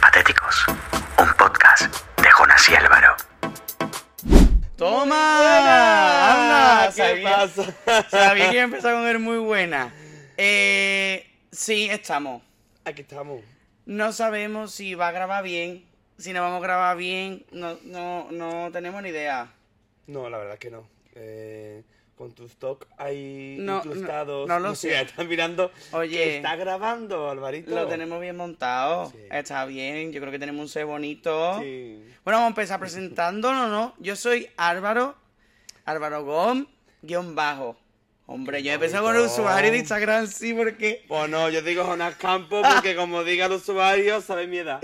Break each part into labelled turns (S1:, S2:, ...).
S1: Patéticos, un podcast de Jonas y Álvaro.
S2: ¡Toma! ¡Habla!
S3: ¿Qué
S2: Sabía,
S3: pasa?
S2: sabía que iba a empezar con él muy buena. Eh, sí, estamos.
S3: Aquí estamos.
S2: No sabemos si va a grabar bien, si no vamos a grabar bien, no, no, no tenemos ni idea.
S3: No, la verdad que no. Eh, con tu stock ahí
S2: No, no,
S3: incrustados.
S2: no lo
S3: Mira,
S2: sé.
S3: Están mirando.
S2: Oye.
S3: que está grabando, Alvarito.
S2: Lo tenemos bien montado,
S3: Sí.
S2: está bien, yo creo que tenemos un set bonito.
S3: Sí.
S2: Bueno, vamos a empezar presentándonos, ¿no? Yo soy Álvaro, Álvaro Gom, guión bajo. Hombre, yo he empezado con el
S3: bonito.
S2: usuario de Instagram, sí, porque...
S3: Pues no, yo digo Jonas Campos porque como diga el usuario, sabe mi edad.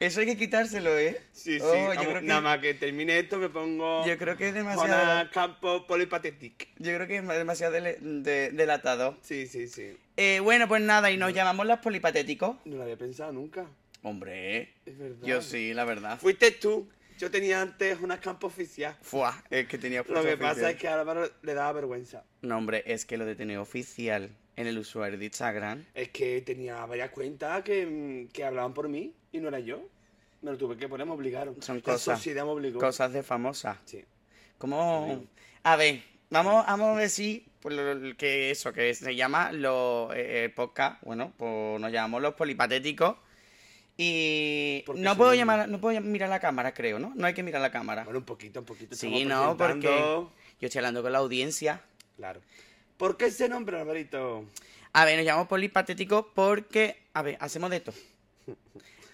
S2: Eso hay que quitárselo, ¿eh?
S3: Sí, sí.
S2: Oh, yo
S3: vamos,
S2: creo que-
S3: Nada más que termine esto me pongo
S2: Yo creo que es demasiado.
S3: Jonas Campos Polipatetic.
S2: Yo creo que es demasiado dele- de- delatado.
S3: Sí, sí, sí.
S2: Eh, bueno, pues nada, y
S3: Mm.
S2: nos llamamos las polipatéticos.
S3: No lo había pensado nunca.
S2: Hombre,
S3: Es verdad.
S2: yo sí, la verdad.
S3: Fuiste tú. Yo tenía antes Jonas Campos oficial.
S2: Fua, es que tenía
S3: Lo
S2: puesto
S3: que pasa
S2: oficial.
S3: es que a Álvaro le daba vergüenza.
S2: No, hombre, es que lo de tener oficial en el usuario de Instagram.
S3: Es que tenía varias cuentas que, mm, que hablaban por mí y no era yo. Me lo tuve que poner, me obligaron.
S2: Son
S3: La
S2: cosas.
S3: sociedad me obligó.
S2: Cosas de famosas.
S3: Sí.
S2: Como. A ver, vamos, vamos a decir pues, lo- lo- que eso, que se llama los eh, eh, podcast. Bueno, pues nos llamamos los polipatéticos. Y
S3: Porque
S2: no
S3: son
S2: puedo
S3: los-
S2: llamar, no puedo llam- mirar la cámara, creo, ¿no? No hay que mirar la cámara.
S3: Bueno, un poquito, un poquito.
S2: Sí, no,
S3: estamos
S2: porque
S3: presentando.
S2: yo estoy hablando con la audiencia.
S3: Claro. ¿Por qué ese nombre, Alvarito?
S2: A ver, nos llamamos polipatéticos porque, a ver, hacemos de esto.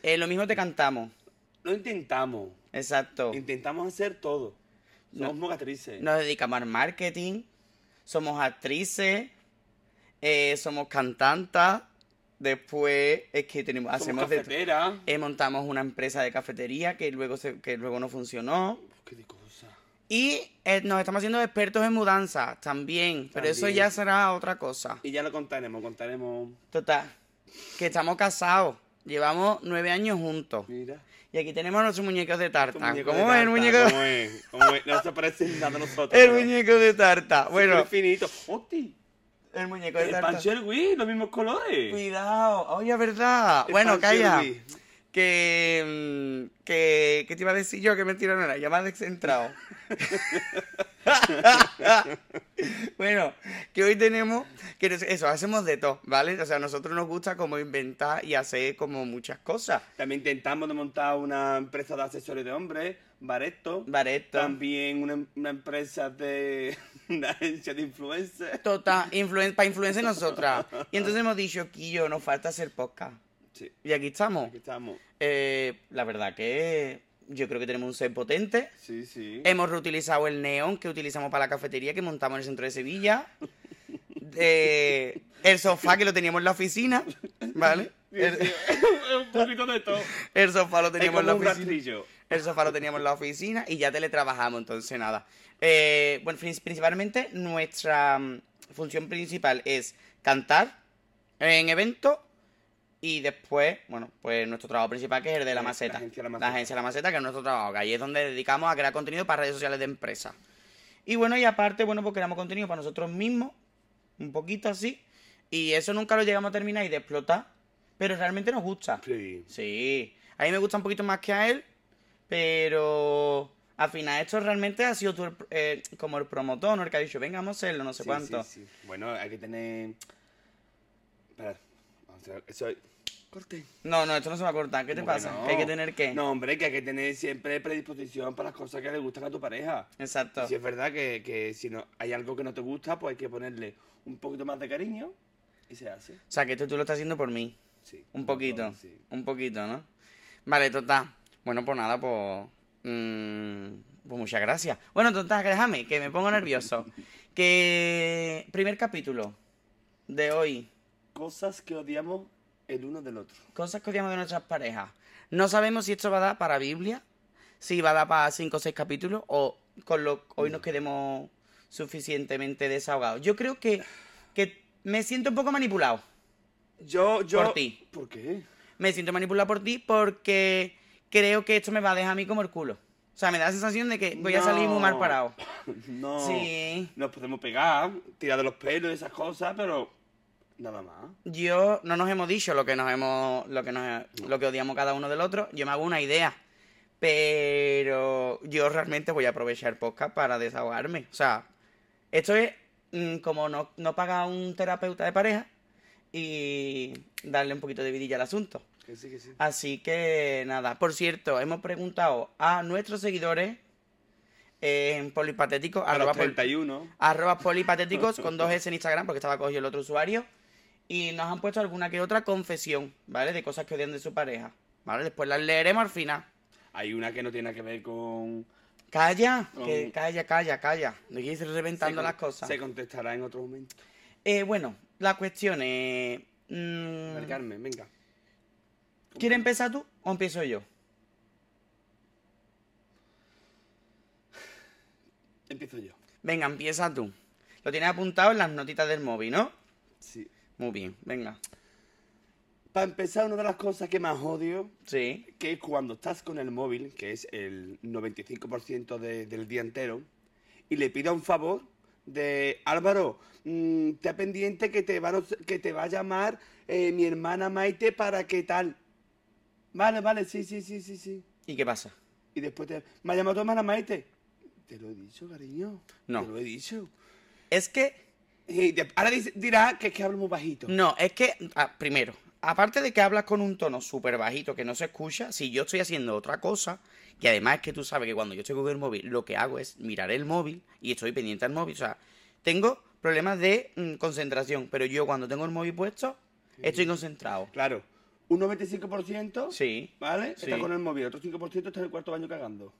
S2: Eh, lo mismo te cantamos,
S3: Lo intentamos.
S2: exacto.
S3: Intentamos hacer todo. Somos
S2: No.
S3: mocatrices.
S2: Nos dedicamos al marketing, somos actrices, eh, somos cantantes, después es que tenemos,
S3: Somos
S2: hacemos de todo.
S3: cafeteras.
S2: Eh, montamos una empresa de cafetería que luego, se- que luego no funcionó.
S3: Uf, qué de cosa.
S2: Y eh, nos estamos haciendo expertos en mudanza también, pero eso
S3: También.
S2: ya será otra cosa.
S3: Y ya lo contaremos, contaremos.
S2: Total, que estamos casados. Llevamos nueve años juntos.
S3: Mira.
S2: Y aquí tenemos a nuestros muñecos de
S3: tu
S2: tarta.
S3: muñeco de
S2: ¿Cómo es el
S3: tarta,
S2: muñeco?
S3: ¿Cómo es? ¿Cómo es? No se parece en nada a nosotros.
S2: El
S3: pero-
S2: muñeco de tarta.
S3: Súper
S2: Bueno, Pues,
S3: finito. ¡Hostia!
S2: el muñeco de
S3: El
S2: tarta.
S3: Pancho y el Wii, los mismos colores.
S2: Cuidado. Oye, es verdad.
S3: El
S2: Bueno,
S3: Pancho
S2: calla.
S3: y el Wii.
S2: Que, mm, que, que te iba a decir yo que mentira no era, ya me has descentrado. bueno, que hoy tenemos, que nos- eso, hacemos de todo, ¿vale? O sea, a nosotros nos gusta como inventar y hacer como muchas cosas.
S3: También intentamos de montar una empresa de accesorios de hombres, Bareto.
S2: Bareto,
S3: También una, una empresa de una agencia de influencers.
S2: Tota, influen para influencia nosotras. Y entonces hemos dicho, Quillo, nos falta hacer podcast.
S3: Sí,
S2: Y aquí estamos.
S3: aquí estamos.
S2: Eh, la verdad que yo creo que tenemos un set potente.
S3: Sí, sí.
S2: Hemos reutilizado el neón que utilizamos para la cafetería que montamos en el centro de Sevilla. Eh, el sofá que lo teníamos en la oficina, ¿vale?
S3: Sí,
S2: El,
S3: sí, un poquito de todo.
S2: el sofá lo
S3: Es
S2: teníamos en
S3: como
S2: la
S3: un
S2: oficina.
S3: rastrillo.
S2: El sofá lo teníamos en la oficina y ya teletrabajamos, entonces nada. Eh, bueno, prin- principalmente nuestra mm, función principal es cantar en eventos y después, bueno, pues nuestro trabajo principal que es el de la
S3: Eh,
S2: maceta.
S3: la agencia
S2: La
S3: de la maceta.
S2: agencia de la maceta, que es nuestro trabajo, que ahí es donde dedicamos a crear contenido para redes sociales de empresas. Y bueno, y aparte, bueno, pues creamos contenido para nosotros mismos, un poquito así, y eso nunca lo llegamos a terminar y de explotar, pero realmente nos gusta.
S3: Sí.
S2: Sí, a mí me gusta un poquito más que a él, pero al final esto realmente ha sido tú el- eh, como el promotor, ¿no? el que ha dicho, venga, vamos a hacerlo, no sé
S3: Sí,
S2: cuánto.
S3: sí, sí. Bueno, hay que tener. Espera. Vamos a ver. Eso. Corte.
S2: No, no, esto no se va a cortar, ¿qué te
S3: ¿Cómo que
S2: pasa?
S3: no?
S2: Que hay que tener que...
S3: No, hombre, que hay que tener siempre predisposición para las cosas que le gustan a tu pareja.
S2: Exacto.
S3: Si es verdad que, que si no hay algo que no te gusta, pues hay que ponerle un poquito más de cariño y se hace.
S2: O sea, que esto tú lo estás haciendo por mí.
S3: Sí.
S2: Un poquito,
S3: Sí.
S2: un poquito, ¿no? Vale, total. Bueno, pues nada, pues. mm, pues muchas gracias. Bueno, total, que déjame, que me pongo nervioso. Que. Primer capítulo de hoy.
S3: Cosas que odiamos el uno del otro.
S2: Cosas que odiamos de nuestras parejas. No sabemos si esto va a dar para Biblia, si va a dar para cinco o seis capítulos, o con lo hoy nos quedemos suficientemente desahogados. Yo creo que, que me siento un poco manipulado.
S3: Yo, yo.
S2: Por ti.
S3: ¿Por qué?
S2: me siento manipulado por ti porque creo que esto me va a dejar a mí como el culo. O sea, me da la sensación de que Eh, voy a salir muy mal
S3: No.
S2: parado.
S3: No.
S2: Sí.
S3: Nos podemos pegar, tirar de los pelos y esas cosas, pero Nada más.
S2: Yo no nos hemos dicho lo que nos hemos, lo que nos, lo que odiamos cada uno del otro. Yo me hago una idea, pero yo realmente voy a aprovechar podcast para desahogarme. O sea, esto es mm, como no, no paga un terapeuta de pareja y darle un poquito de vidilla al asunto.
S3: Que sí, que sí.
S2: Así que nada, por cierto, hemos preguntado a nuestros seguidores eh, en polipatéticos,
S3: A
S2: arroba
S3: los
S2: pol-
S3: 31.
S2: arroba polipatéticos con dos S en Instagram porque estaba cogido el otro usuario. Y nos han puesto alguna que otra confesión, ¿vale? De cosas que odian de su pareja. ¿Vale? Después las leeremos al final.
S3: Hay una que no tiene nada que ver con.
S2: Calla,
S3: Con-
S2: que calla, calla, calla. No quieres ir
S3: se
S2: reventando
S3: con-
S2: las cosas.
S3: Se contestará en otro momento.
S2: Eh, bueno, la cuestión es.
S3: A
S2: mm,
S3: ver, Carmen, venga.
S2: ¿Quieres empezar tú o empiezo yo?
S3: Empiezo yo.
S2: Venga, empieza tú. Lo tienes apuntado en las notitas del móvil, ¿no?
S3: Sí.
S2: Muy bien, venga.
S3: Para empezar, una de las cosas que más odio,
S2: Sí.
S3: que es cuando estás con el móvil, que es el 95% de- del día entero, y le pida un favor de Álvaro, mm, te pendiente que te, va, a- que te va a llamar eh, mi hermana Maite para que tal. Vale, vale, sí, sí, sí, sí, sí.
S2: ¿Y qué pasa?
S3: Y después te. Me ha llamado tu hermana Maite. Te lo he dicho, cariño.
S2: No.
S3: Te lo he dicho.
S2: Es que
S3: Y de- ahora dice- dirá que es que hablo muy bajito.
S2: No, es que, ah, primero, aparte de que hablas con un tono súper bajito que no se escucha, si yo estoy haciendo otra cosa, y además es que tú sabes que cuando yo estoy con el móvil, lo que hago es mirar el móvil y estoy pendiente al móvil. O sea, tengo problemas de mm, concentración, pero yo cuando tengo el móvil puesto, estoy concentrado.
S3: Claro, un 95%.
S2: Sí.
S3: ¿Vale? Está
S2: Sí.
S3: con el móvil, otro 5% está en el cuarto baño cagando.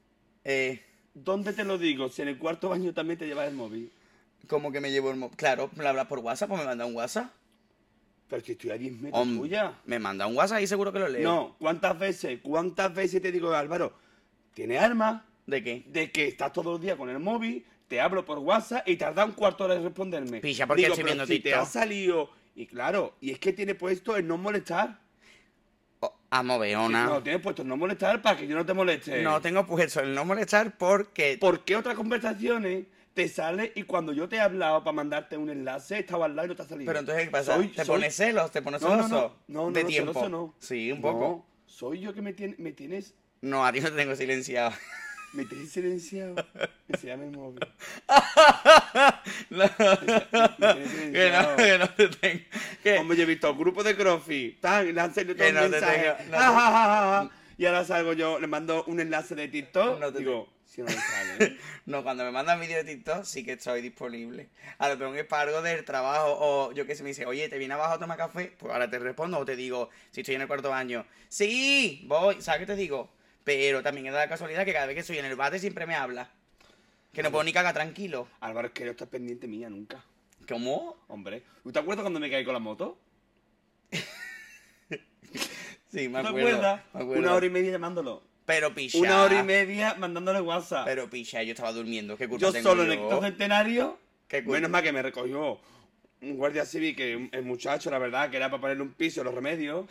S2: Eh,
S3: ¿Dónde te lo digo? Si en el cuarto baño también te llevas el móvil.
S2: como que me llevo el móvil. Claro, me hablas por WhatsApp, pues me manda un WhatsApp.
S3: Pero si estoy a 10 metros
S2: Hom-
S3: tuya.
S2: me manda un WhatsApp y seguro que lo leo.
S3: No, ¿cuántas veces? ¿Cuántas veces te digo, Álvaro? Tiene armas
S2: ¿De qué?
S3: de que estás todo el día con el móvil, te hablo por WhatsApp y tarda un cuarto hora en responderme.
S2: Picha, porque
S3: Digo,
S2: estoy
S3: pero
S2: viendo
S3: si te
S2: TikTok.
S3: ha salido. Y claro, y es que tiene puesto el no molestar.
S2: Oh, amo Beona.
S3: No, tiene puesto el no molestar para que yo no te moleste.
S2: No tengo puesto el no molestar porque
S3: ¿Por qué otras conversaciones te sale y cuando yo te he hablado para mandarte un enlace, estaba al lado y no te ha salido?
S2: Pero entonces, ¿qué pasa?
S3: Soy-
S2: ¿Te
S3: soy-
S2: pones celos? ¿Te pones
S3: No, no,
S2: celoso?
S3: no, no, no,
S2: de
S3: no,
S2: tiempo.
S3: celoso no.
S2: Sí, un
S3: No,
S2: poco.
S3: soy yo que me, tiene- me tienes
S2: No, a ti no te tengo silenciado.
S3: me tienes silenciado. Enséñame el móvil.
S2: No,
S3: Me tienes
S2: que no,
S3: silenciado.
S2: que no te tengo. que-
S3: Hombre, yo he visto grupos de crossfit, tan, le han salido
S2: Que
S3: todos
S2: no te
S3: mensajes,
S2: tenga- no te-
S3: ah, ah, ah, ah, y ahora salgo yo, le mando un enlace de TikTok,
S2: No te
S3: digo, si no me sale.
S2: No, cuando me mandan vídeos de TikTok sí que estoy disponible. A lo mejor es para algo del trabajo o yo que sé, me dice, oye, ¿te viene abajo a tomar café? Pues ahora te respondo o te digo, si estoy en el cuarto baño, sí, voy, ¿sabes qué te digo? Pero también es la casualidad que cada vez que estoy en el bate siempre me habla. Que no puedo ni cagar tranquilo.
S3: Álvaro, es que no estás pendiente mía nunca,
S2: ¿Cómo?
S3: hombre. ¿Tú te acuerdas cuando me caí con la moto?
S2: Sí, me
S3: ¿Tú
S2: acuerdo.
S3: te acuerdas?
S2: me acuerdo.
S3: Una hora y media llamándolo.
S2: Pero picha.
S3: Una hora y media mandándole WhatsApp.
S2: Pero picha, yo estaba durmiendo. ¿Qué culpa
S3: yo
S2: tengo
S3: solo en
S2: yo?
S3: el quinto centenario.
S2: Qué culpa.
S3: Menos mal que me recogió un guardia civil, que un- el muchacho, la verdad, que era para ponerle un piso a los remedios.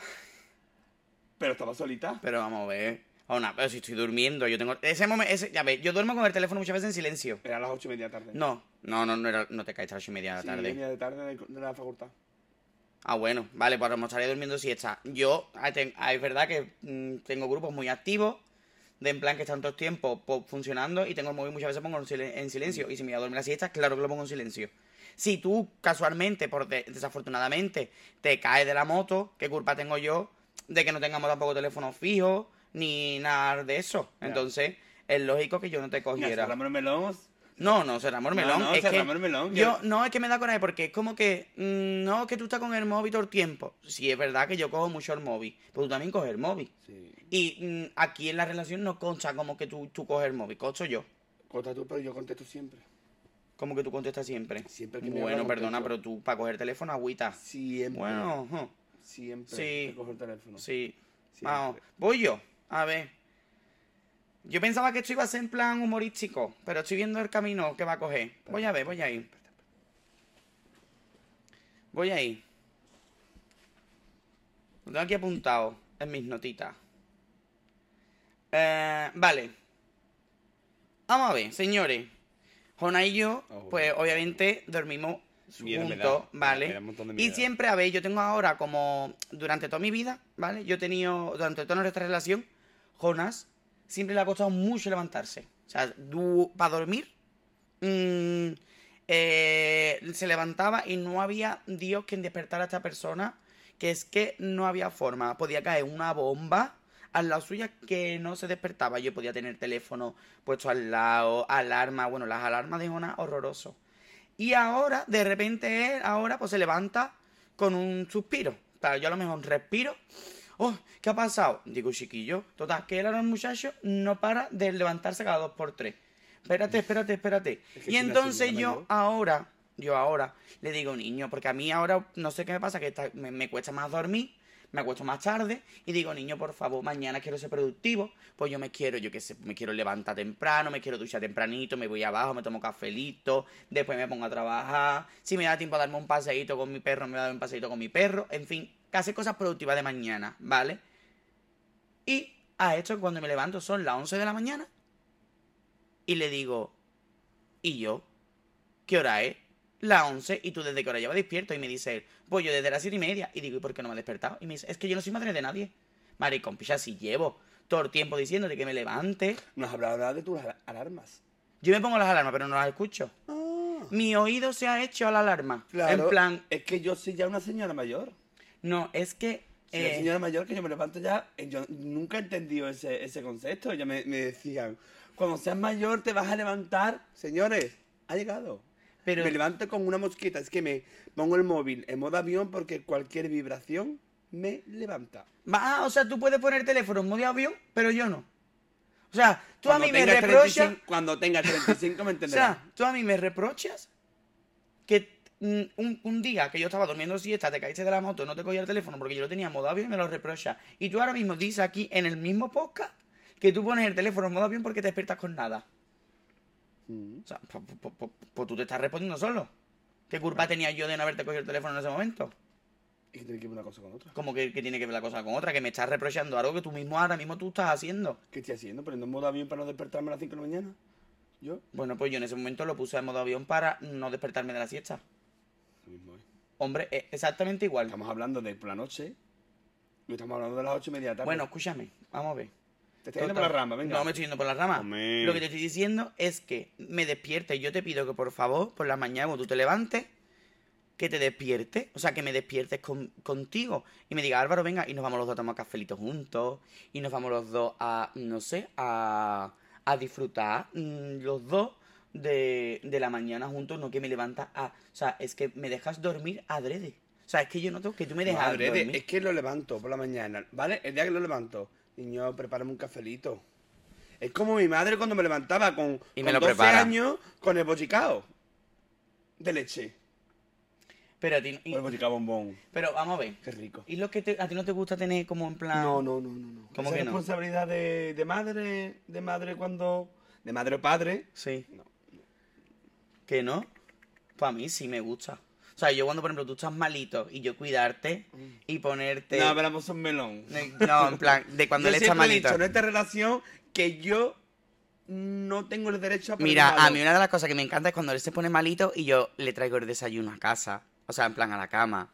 S3: Pero estaba solita.
S2: Pero vamos a ver. Ahora, pero si estoy durmiendo, yo tengo. Ese momento, ese, ya ves, yo duermo con el teléfono muchas veces en silencio.
S3: Era a las ocho y media de la tarde.
S2: No, no, no, no, era- no te caes a las ocho y media de la
S3: Sí,
S2: tarde.
S3: venía de tarde de, de la facultad.
S2: Ah, bueno, vale, pues ahora me estaré durmiendo siesta. Yo, ah, ten- ah, es verdad que mm, tengo grupos muy activos, de en plan que están todo el tiempo po- funcionando y tengo el móvil muchas veces pongo en silen- en
S3: Mm.
S2: silencio. Y si me voy a dormir la siesta, claro que lo pongo en silencio. Si tú casualmente, por de- desafortunadamente, te caes de la moto, ¿qué culpa tengo yo de que no tengamos tampoco teléfono fijo ni nada de eso?
S3: Ya.
S2: Entonces, es lógico que yo no te
S3: Mira,
S2: cogiera.
S3: cerramos el melón.
S2: No, no, cerramos el
S3: No,
S2: melón.
S3: no,
S2: es
S3: cerramos
S2: que
S3: el melón, que-
S2: Yo, no, es que me da coraje porque es como que. mm, no, que tú estás con el móvil todo el tiempo. Sí, es verdad que yo cojo mucho el móvil. Pero tú también coges el móvil.
S3: Sí.
S2: Y mm, aquí en la relación no consta como que tú, tú coges el móvil. Consto yo.
S3: Corta tú, pero yo contesto siempre.
S2: Como que tú contestas siempre.
S3: Siempre que me
S2: Bueno,
S3: habla,
S2: perdona, pero
S3: contesto.
S2: tú para coger teléfono agüita.
S3: Siempre.
S2: Bueno, ujú,
S3: Siempre.
S2: Sí.
S3: te cojo el teléfono.
S2: sí.
S3: Siempre.
S2: Vamos, voy yo. A ver. Yo pensaba que esto iba a ser en plan humorístico, pero estoy viendo el camino que va a coger. Voy a ver, voy a ir. Voy a ir. Lo tengo aquí apuntado en mis notitas. Eh, vale. Vamos a ver, señores. Jonah y yo,
S3: Ah, bueno.
S2: pues obviamente dormimos
S3: Mierda, me
S2: juntos,
S3: da- me
S2: ¿vale?
S3: da un montón de
S2: y
S3: mierda.
S2: siempre, a ver, yo tengo ahora como durante toda mi vida, ¿vale? Yo he tenido, durante toda nuestra relación, Jonas siempre le ha costado mucho levantarse. O sea, para dormir, mm, eh, se levantaba y no había Dios quien despertara a esta persona, que es que no había forma. Podía caer una bomba al lado suya que no se despertaba. Yo podía tener teléfono puesto al lado, alarma, bueno, las alarmas de Jonas, horroroso. Y ahora, de repente, él ahora pues se levanta con un suspiro. O sea, yo a lo mejor respiro. Oh, ¿qué ha pasado? Digo, chiquillo. Total, que él ahora el muchacho no para de levantarse cada dos por tres. Espérate, espérate, espérate.
S3: Es que
S2: y
S3: es una
S2: entonces
S3: señora
S2: yo
S3: mayor.
S2: ahora, yo ahora, le digo, niño, porque a mí ahora no sé qué me pasa, que está- me, me cuesta más dormir, me acuesto más tarde, y digo, niño, por favor, mañana quiero ser productivo, pues yo me quiero, yo qué sé, me quiero levantar temprano, me quiero duchar tempranito, me voy abajo, me tomo cafelito, después me pongo a trabajar, si me da tiempo a darme un paseíto con mi perro, me voy a dar un paseíto con mi perro, en fin, que hacer cosas productivas de mañana, ¿vale? Y a esto cuando me levanto son las 11 de la mañana y le digo, ¿y yo? ¿Qué hora es? Las 11 y tú desde qué hora llevas despierto y me dice él, pues yo desde las 7 y media y digo, ¿y por qué no me has despertado? Y me dice, es que yo no soy madre de nadie. Maricón, picha, si llevo todo el tiempo diciéndote que me levante.
S3: Nos hablaba de tus ala- alarmas.
S2: Yo me pongo las alarmas, pero no las escucho. Mi oído se ha hecho a la alarma.
S3: Claro,
S2: En plan,
S3: es que yo soy ya una señora mayor.
S2: no, es que...
S3: Soy una
S2: eh,
S3: señora mayor que yo me levanto ya. eh, Yo nunca he entendido ese, ese concepto. Ya me, me decían, cuando seas mayor te vas a levantar. Señores, ha llegado.
S2: Pero-
S3: Me levanto con una mosquita. Es que me pongo el móvil en modo avión porque cualquier vibración me levanta.
S2: Va, ah, o sea, tú puedes poner teléfono en modo avión, pero yo no. O sea, tú a mí me
S3: tengas
S2: reprochas.
S3: 35 cuando tenga 35 me
S2: O
S3: entenderás.
S2: sea, tú a mí me reprochas que mm, un, un día que yo estaba durmiendo siesta, te caíste de la moto, no te cogí el teléfono porque yo lo tenía en modo avión y me lo reprochas. Y tú ahora mismo dices aquí en el mismo podcast que tú pones el teléfono en modo avión porque te despiertas con nada.
S3: Mm.
S2: O sea, pues tú te estás respondiendo solo. ¿Qué culpa tenía yo de no haberte cogido el teléfono en ese momento?
S3: Y que tiene que ver una cosa con otra.
S2: Como que, que tiene que ver la cosa con otra, que me estás reprochando algo que tú mismo ahora mismo tú estás haciendo.
S3: ¿Qué estoy haciendo? ¿Poniendo en modo avión para no despertarme a las 5 de la mañana? Yo.
S2: Bueno, pues yo en ese momento lo puse en modo avión para no despertarme de la siesta.
S3: Lo mismo, eh.
S2: Hombre, es exactamente igual.
S3: Estamos hablando de por la noche. Y estamos hablando de las 8 y media de la tarde.
S2: Bueno, escúchame, vamos a ver.
S3: te estás yendo por la
S2: Total.
S3: rama, venga.
S2: No me estoy yendo por la rama.
S3: Hombre.
S2: Lo que te estoy diciendo es que me despierte. Yo te pido que por favor, por la mañana cuando tú te levantes, que te despierte. O sea, que me despiertes con- contigo. Y me diga, Álvaro, venga, y nos vamos los dos a tomar cafelito juntos. Y nos vamos los dos a, no sé, a, a disfrutar mm, los dos de, de la mañana juntos. No que me levantas a... O sea, es que me dejas dormir adrede. O sea, es que yo noto que tú me dejas
S3: Madre de-
S2: dormir.
S3: es que lo levanto por la mañana, ¿vale? El día que lo levanto, niño, prepárame un cafelito. Es como mi madre cuando me levantaba con,
S2: Y me
S3: con
S2: lo prepara.
S3: años con el bochicao de leche.
S2: Pero, a ti, y-
S3: O el bochicao bombón,
S2: pero vamos a ver.
S3: qué rico.
S2: ¿Y lo que te- a ti no te gusta tener como en plan...
S3: No, no, no, no. no.
S2: ¿Cómo
S3: Esa
S2: que no?
S3: responsabilidad de, de madre, de madre cuando... De madre o padre.
S2: Sí.
S3: No.
S2: ¿Que no? Para mí sí me gusta. O sea, yo cuando, por ejemplo, tú estás malito y yo cuidarte y ponerte...
S3: Mm. No, hablamos un melón.
S2: No, en plan, de cuando
S3: Yo
S2: él está
S3: siempre he dicho
S2: malito.
S3: en esta relación que yo no tengo el derecho a... poner
S2: Mira, a
S3: malo.
S2: mí una de las cosas que me encanta es cuando él se pone malito y yo le traigo el desayuno a casa. O sea, en plan, a la cama.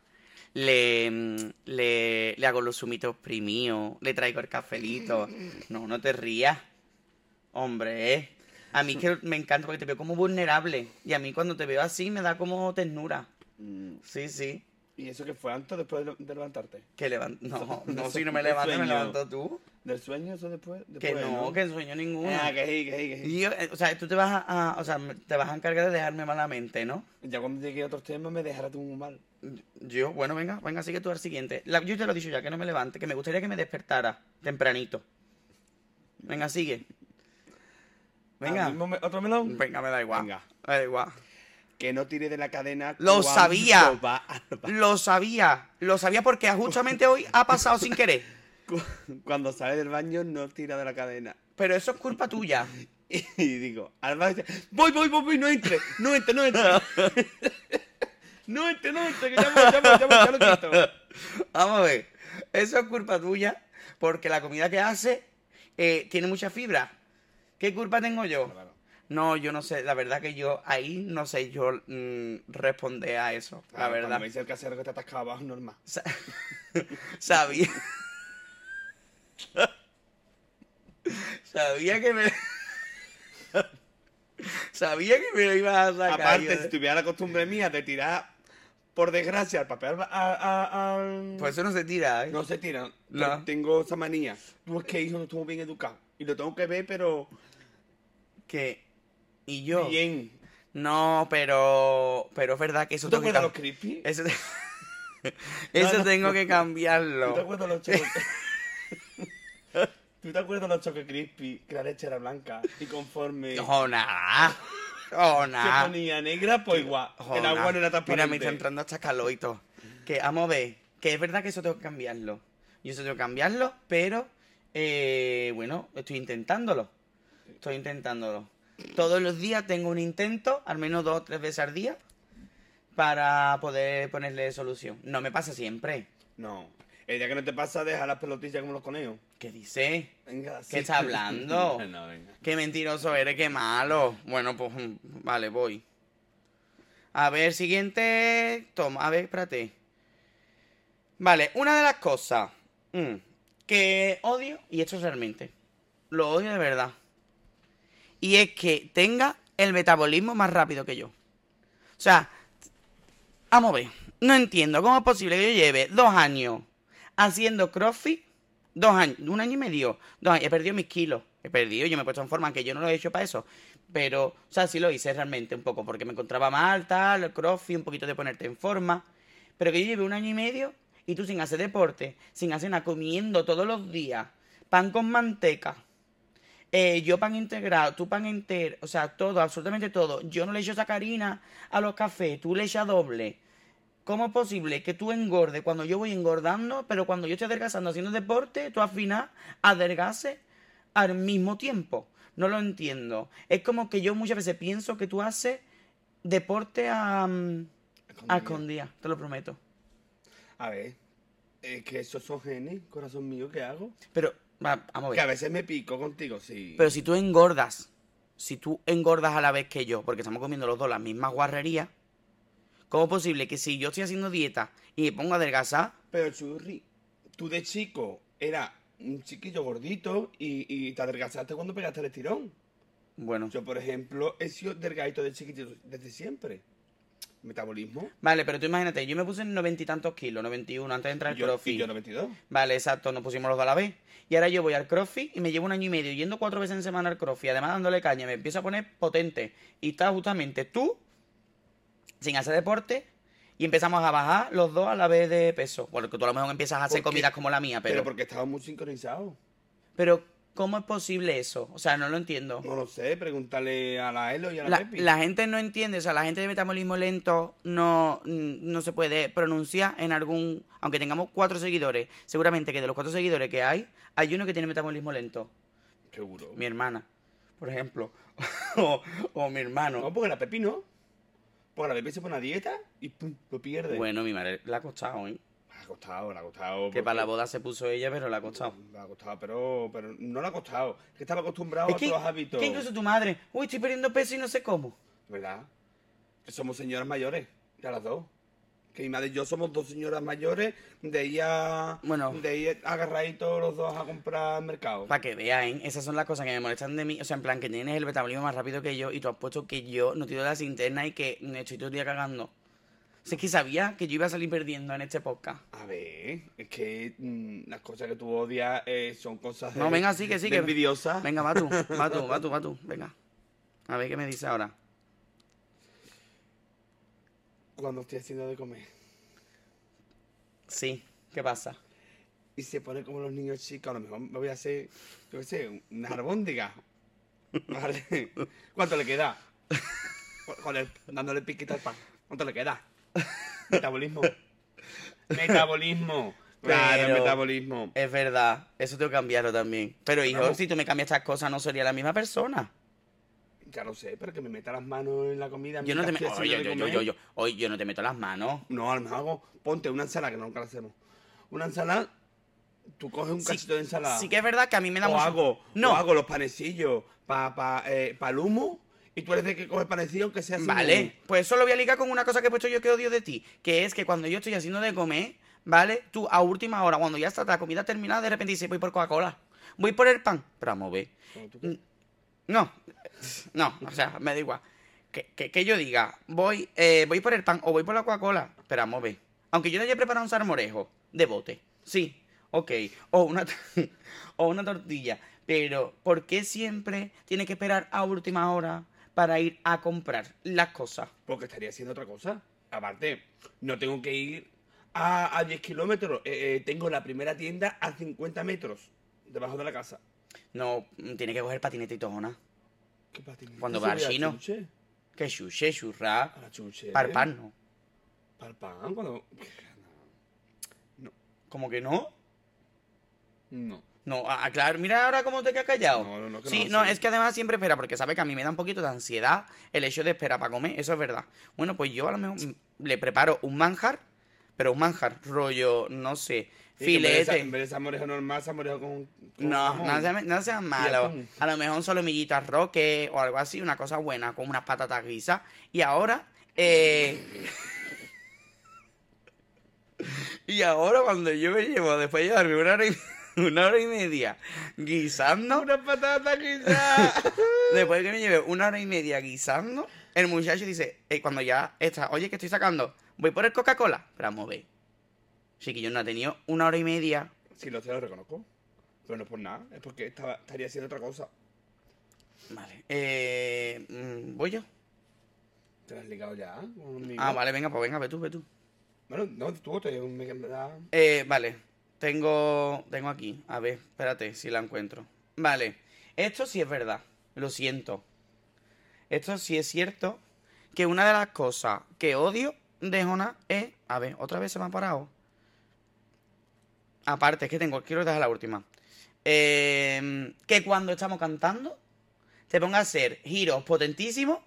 S2: Le, mm, le, le hago los sumitos primidos, le traigo el cafelito. No, no te rías. Hombre, eh. A mí es que me encanta porque te veo como vulnerable. Y a mí cuando te veo así me da como ternura.
S3: Mm.
S2: Sí, sí.
S3: ¿Y eso que fue antes o después de- de levantarte?
S2: Que levan- No,
S3: Eso-
S2: no,
S3: eso
S2: si no me
S3: es un
S2: levanto, me
S3: sueño.
S2: levantas tú.
S3: ¿Del sueño eso después?
S2: Que
S3: después
S2: no, que sueño ninguno.
S3: Ah, que sí, que sí, que sí.
S2: Y yo, eh, o sea, tú te vas a, a- o sea, me- te vas a encargar de dejarme malamente, ¿no?
S3: Ya cuando llegué a otros temas me dejará tú muy mal.
S2: Yo, bueno, venga, venga, sigue tú al siguiente. La- yo te lo he dicho ya, que no me levante, que me gustaría que me despertara tempranito. Venga, sigue.
S3: Ah,
S2: Venga. Mm.
S3: mismo me- ¿Otro melón?
S2: Venga, me da igual.
S3: Venga.
S2: Me da igual.
S3: Que no tire de la cadena.
S2: Lo
S3: cuando
S2: sabía.
S3: va al ba-
S2: Lo sabía, lo sabía porque justamente hoy ha pasado sin querer.
S3: cu- Cuando sale del baño no tira de la cadena.
S2: Pero eso es culpa tuya.
S3: Y digo, Alba dice, voy, voy, voy, voy, no entre, no entre, no entre. no entre, no entre, que ya voy, ya voy, ya voy, ya lo quito.
S2: Vamos a ver. Eso es culpa tuya, porque la comida que hace eh, tiene mucha fibra. ¿Qué culpa tengo yo?
S3: Claro.
S2: No, yo no sé, la verdad que yo ahí no sé yo mm, responder a eso, la
S3: Claro,
S2: verdad.
S3: Cuando me dice el casero que te atascaba, normal.
S2: Sa- sabía. sabía que me. sabía que me lo ibas a sacar. yo
S3: Aparte,
S2: de-
S3: si tuviera la costumbre mía de tirar, por desgracia, el papel a- a- al...
S2: Pues eso no se tira, ¿eh?
S3: No se tira.
S2: No.
S3: Yo Tengo esa manía. Tú es que hijo no estuvo bien educado. Y lo tengo que ver, pero
S2: Que. Y yo.
S3: bien.
S2: No, pero. Pero es verdad que Eh, eso
S3: ¿Tú te
S2: tengo que
S3: acuerdas
S2: cam-
S3: los creepy?
S2: Eso, te- Eso
S3: no.
S2: tengo que
S3: ¿Tú te
S2: cambiarlo.
S3: acuerdas los choques? ¿Tú te acuerdas los choques crispy? Que la leche era blanca. Y conforme
S2: Oh, nada. Oh,
S3: se
S2: nada.
S3: ponía negra, pues igual. el
S2: Joder,
S3: agua no era
S2: oh, Mira,
S3: transparente.
S2: me está entrando hasta calor y todo. Que vamos a ver, que es verdad que eso tengo que cambiarlo. Yo eso tengo que cambiarlo, pero eh, bueno, estoy intentándolo. Estoy intentándolo. Todos los días tengo un intento, al menos dos o tres veces al día, para poder ponerle solución. No me pasa siempre.
S3: No. El día que no te pasa, deja las pelotillas como los conejos.
S2: ¿Qué dice?
S3: Venga,
S2: ¿Qué está hablando?
S3: no, venga.
S2: Qué mentiroso eres, qué malo. Bueno, pues mm, vale, voy. A ver, siguiente. Toma, a ver, espérate. Vale, una de las cosas mm, que odio, y esto realmente, lo odio de verdad, y es que tenga el metabolismo más rápido que yo. O sea, vamos a ver, no entiendo cómo es posible que yo lleve dos años haciendo crossfit, dos años, un año y medio, dos años, he perdido mis kilos, he perdido, yo me he puesto en forma, que yo no lo he hecho para eso, pero, o sea, sí lo hice realmente un poco, porque me encontraba mal, tal, el crossfit, un poquito de ponerte en forma, pero que yo lleve un año y medio y tú sin hacer deporte, sin hacer nada, comiendo todos los días, pan con manteca, eh, yo pan integrado, tú pan entero, o sea, todo, absolutamente todo. Yo no le echo sacarina a los cafés, tú le echas doble. ¿Cómo es posible que tú engordes cuando yo voy engordando, pero cuando yo estoy adelgazando haciendo deporte, tú al final adelgaces al mismo tiempo? No lo entiendo. Es como que yo muchas veces pienso que tú haces deporte a, mm, a escondidas, te lo prometo.
S3: A ver. Es que esos son genes, corazón mío, ¿qué hago?
S2: Pero, va, vamos a ver.
S3: Que a veces me pico contigo, sí.
S2: Pero si tú engordas, si tú engordas a la vez que yo, porque estamos comiendo los dos las mismas guarrerías, ¿cómo es posible que si yo estoy haciendo dieta y me pongo a adelgazar,
S3: Pero Churri, tú de chico era un chiquillo gordito y, y te adelgazaste cuando pegaste el estirón.
S2: bueno.
S3: Yo, por ejemplo, he sido delgadito de chiquitito desde siempre. Metabolismo.
S2: Vale, pero tú imagínate, yo me puse en noventa y tantos kilos, 91, antes de entrar
S3: Y
S2: al
S3: yo, y
S2: crossfit.
S3: yo 92.
S2: Vale, exacto, nos pusimos los dos a la vez. Y ahora yo voy al crossfit y me llevo un año y medio yendo cuatro veces en semana al crossfit, además dándole caña, me empiezo a poner potente. Y está justamente tú, sin hacer deporte, y empezamos a bajar los dos a la vez de peso. Bueno, que tú a lo mejor empiezas a hacer
S3: Porque-
S2: comidas como la mía,
S3: Pero, porque estaba muy sincronizado.
S2: Pero, ¿cómo es posible eso? O sea, no lo entiendo.
S3: No lo sé, pregúntale a la Elo y a la,
S2: La,
S3: Pepi.
S2: la gente no entiende, o sea, la gente de metabolismo lento no, mm, no se puede pronunciar en algún... Aunque tengamos cuatro seguidores, seguramente que de los cuatro seguidores que hay, hay uno que tiene metabolismo lento.
S3: Seguro.
S2: Mi hermana, por ejemplo. o, o mi hermano.
S3: No, porque la Pepi no. Porque la Pepi se pone a dieta y pum, lo pierde.
S2: Bueno, mi madre la ha costado, ¿eh?
S3: Le ha costado, le ha costado.
S2: Que para la boda se puso ella, pero la ha costado.
S3: Le ha costado, pero, pero no le ha costado. Que estaba acostumbrado
S2: Es
S3: a
S2: que,
S3: otros hábitos.
S2: que incluso tu madre, uy, estoy perdiendo peso y no sé cómo.
S3: ¿Verdad? Que somos señoras mayores, ya las dos. Que mi madre y yo somos dos señoras mayores de ir a,
S2: Bueno.
S3: de ir agarraditos los dos a comprar al mercado.
S2: Para que vean, esas son las cosas que me molestan de mí. O sea, en plan, que tienes el metabolismo más rápido que yo y tú has puesto que yo no tiro las internas y que me estoy todo el día cagando. O sea, es que sabía que yo iba a salir perdiendo en este podcast.
S3: A ver, es que mm, las cosas que tú odias eh, son cosas
S2: No,
S3: de-
S2: venga, sí, que sí,
S3: de
S2: que-
S3: envidiosas.
S2: Venga, va tú, va tú, va tú, va tú. Venga. A ver qué me dice ahora.
S3: Cuando estoy haciendo de comer
S2: Sí, ¿qué pasa?
S3: y se pone como los niños chicos, a lo mejor me voy a hacer, yo qué sé, una albóndiga. ¿Vale? ¿Cuánto le queda? Con- Con el, dándole piquita al pan. ¿Cuánto le queda? Metabolismo. Metabolismo. Claro,
S2: Pero-
S3: metabolismo.
S2: Es verdad, eso tengo que cambiarlo también. Pero hijo,
S3: Vamos.
S2: si tú me cambias estas cosas, no sería la misma persona.
S3: Ya lo sé, pero que me meta las manos en la comida.
S2: Yo no te meto.
S3: mientras estoy
S2: Oye, yo,
S3: haciendo de
S2: yo, yo,
S3: comer.
S2: yo, oye, yo no te meto las manos.
S3: No, a lo mejor hago, ponte una ensalada, que nunca la hacemos. Una ensalada, tú coges un
S2: Sí-
S3: cachito de ensalada.
S2: Sí que es verdad que a mí me da
S3: o
S2: mucho-
S3: hago,
S2: No,
S3: o hago los panecillos para pa, eh, pa el humo Y tú eres de que coges parecido aunque sea sin
S2: Vale,
S3: móvil.
S2: pues eso lo voy a ligar con una cosa que he puesto yo que odio de ti, que es que cuando yo estoy haciendo de comer, ¿vale? Tú a última hora, cuando ya está la comida terminada, de repente dices, voy por Coca-Cola, voy por el pan, pero vamos a ver. Mm, No, no, o sea, me da igual. Que, que- que yo diga, voy, eh, voy por el pan o voy por la Coca-Cola, pero vamos a ver. Aunque yo no haya preparado un salmorejo de bote, sí, ok, o una, t- o una tortilla, pero ¿por qué siempre tiene que esperar a última hora para ir a comprar las cosas?
S3: Porque estaría haciendo otra cosa. Aparte, no tengo que ir a, a 10 kilómetros. Eh, eh, tengo la primera tienda a 50 metros debajo de la casa.
S2: No, mm, tiene que coger patinete y tojona.
S3: ¿Qué patinete?
S2: Cuando
S3: ¿Se
S2: va al
S3: ve a
S2: chino.
S3: chuche?
S2: Que chuche, churra,
S3: A la chuche.
S2: parpar no.
S3: Parpán, cuando...
S2: ¿Cómo que no?
S3: No.
S2: No, ah, claro, mira ahora cómo te quedas callado.
S3: No, no, no, que
S2: sí,
S3: no,
S2: no,
S3: sí.
S2: es que además siempre espera, porque sabe que a mí me da un poquito de ansiedad el hecho de esperar para comer, eso es verdad. Bueno, pues yo a lo mejor mm, le preparo un manjar, pero un manjar, rollo, no sé,
S3: Sí, que en vez de sa-
S2: filete.
S3: En vez de salmorejo normal, salmorejo con... con
S2: No,
S3: jamón.
S2: no sean no sea malo.
S3: atún.
S2: A lo mejor un solomillito a roque o algo así, una cosa buena, con unas patatas guisas. Y ahora, eh... y ahora cuando yo me llevo, después de llevarme una hora y, una hora y media guisando,
S3: Una patata quizá.
S2: después que me lleve una hora y media guisando, el muchacho dice, eh, cuando ya está, oye, que estoy sacando, voy por el Coca-Cola. Pero vamos a ver. Sí que yo no he tenido una hora y media
S3: sí, lo, sé, lo reconozco. Pero no es por nada. Es porque estaba, estaría haciendo otra cosa.
S2: Vale. Eh, mm, ¿Voy yo?
S3: ¿Te la has ligado ya? conmigo?
S2: Ah, vale, venga, pues venga, ve tú, ve tú.
S3: Bueno, no, tú te... Me, me da-
S2: Eh, vale. Tengo. Tengo aquí. A ver, espérate, si la encuentro. Vale. Esto sí es verdad. Lo siento. Esto sí es cierto. Que una de las cosas que odio de Jonás es. A ver, otra vez se me ha parado. Aparte, es que tengo. Quiero dejar la última. Eh, que cuando estamos cantando, te ponga a hacer giros potentísimos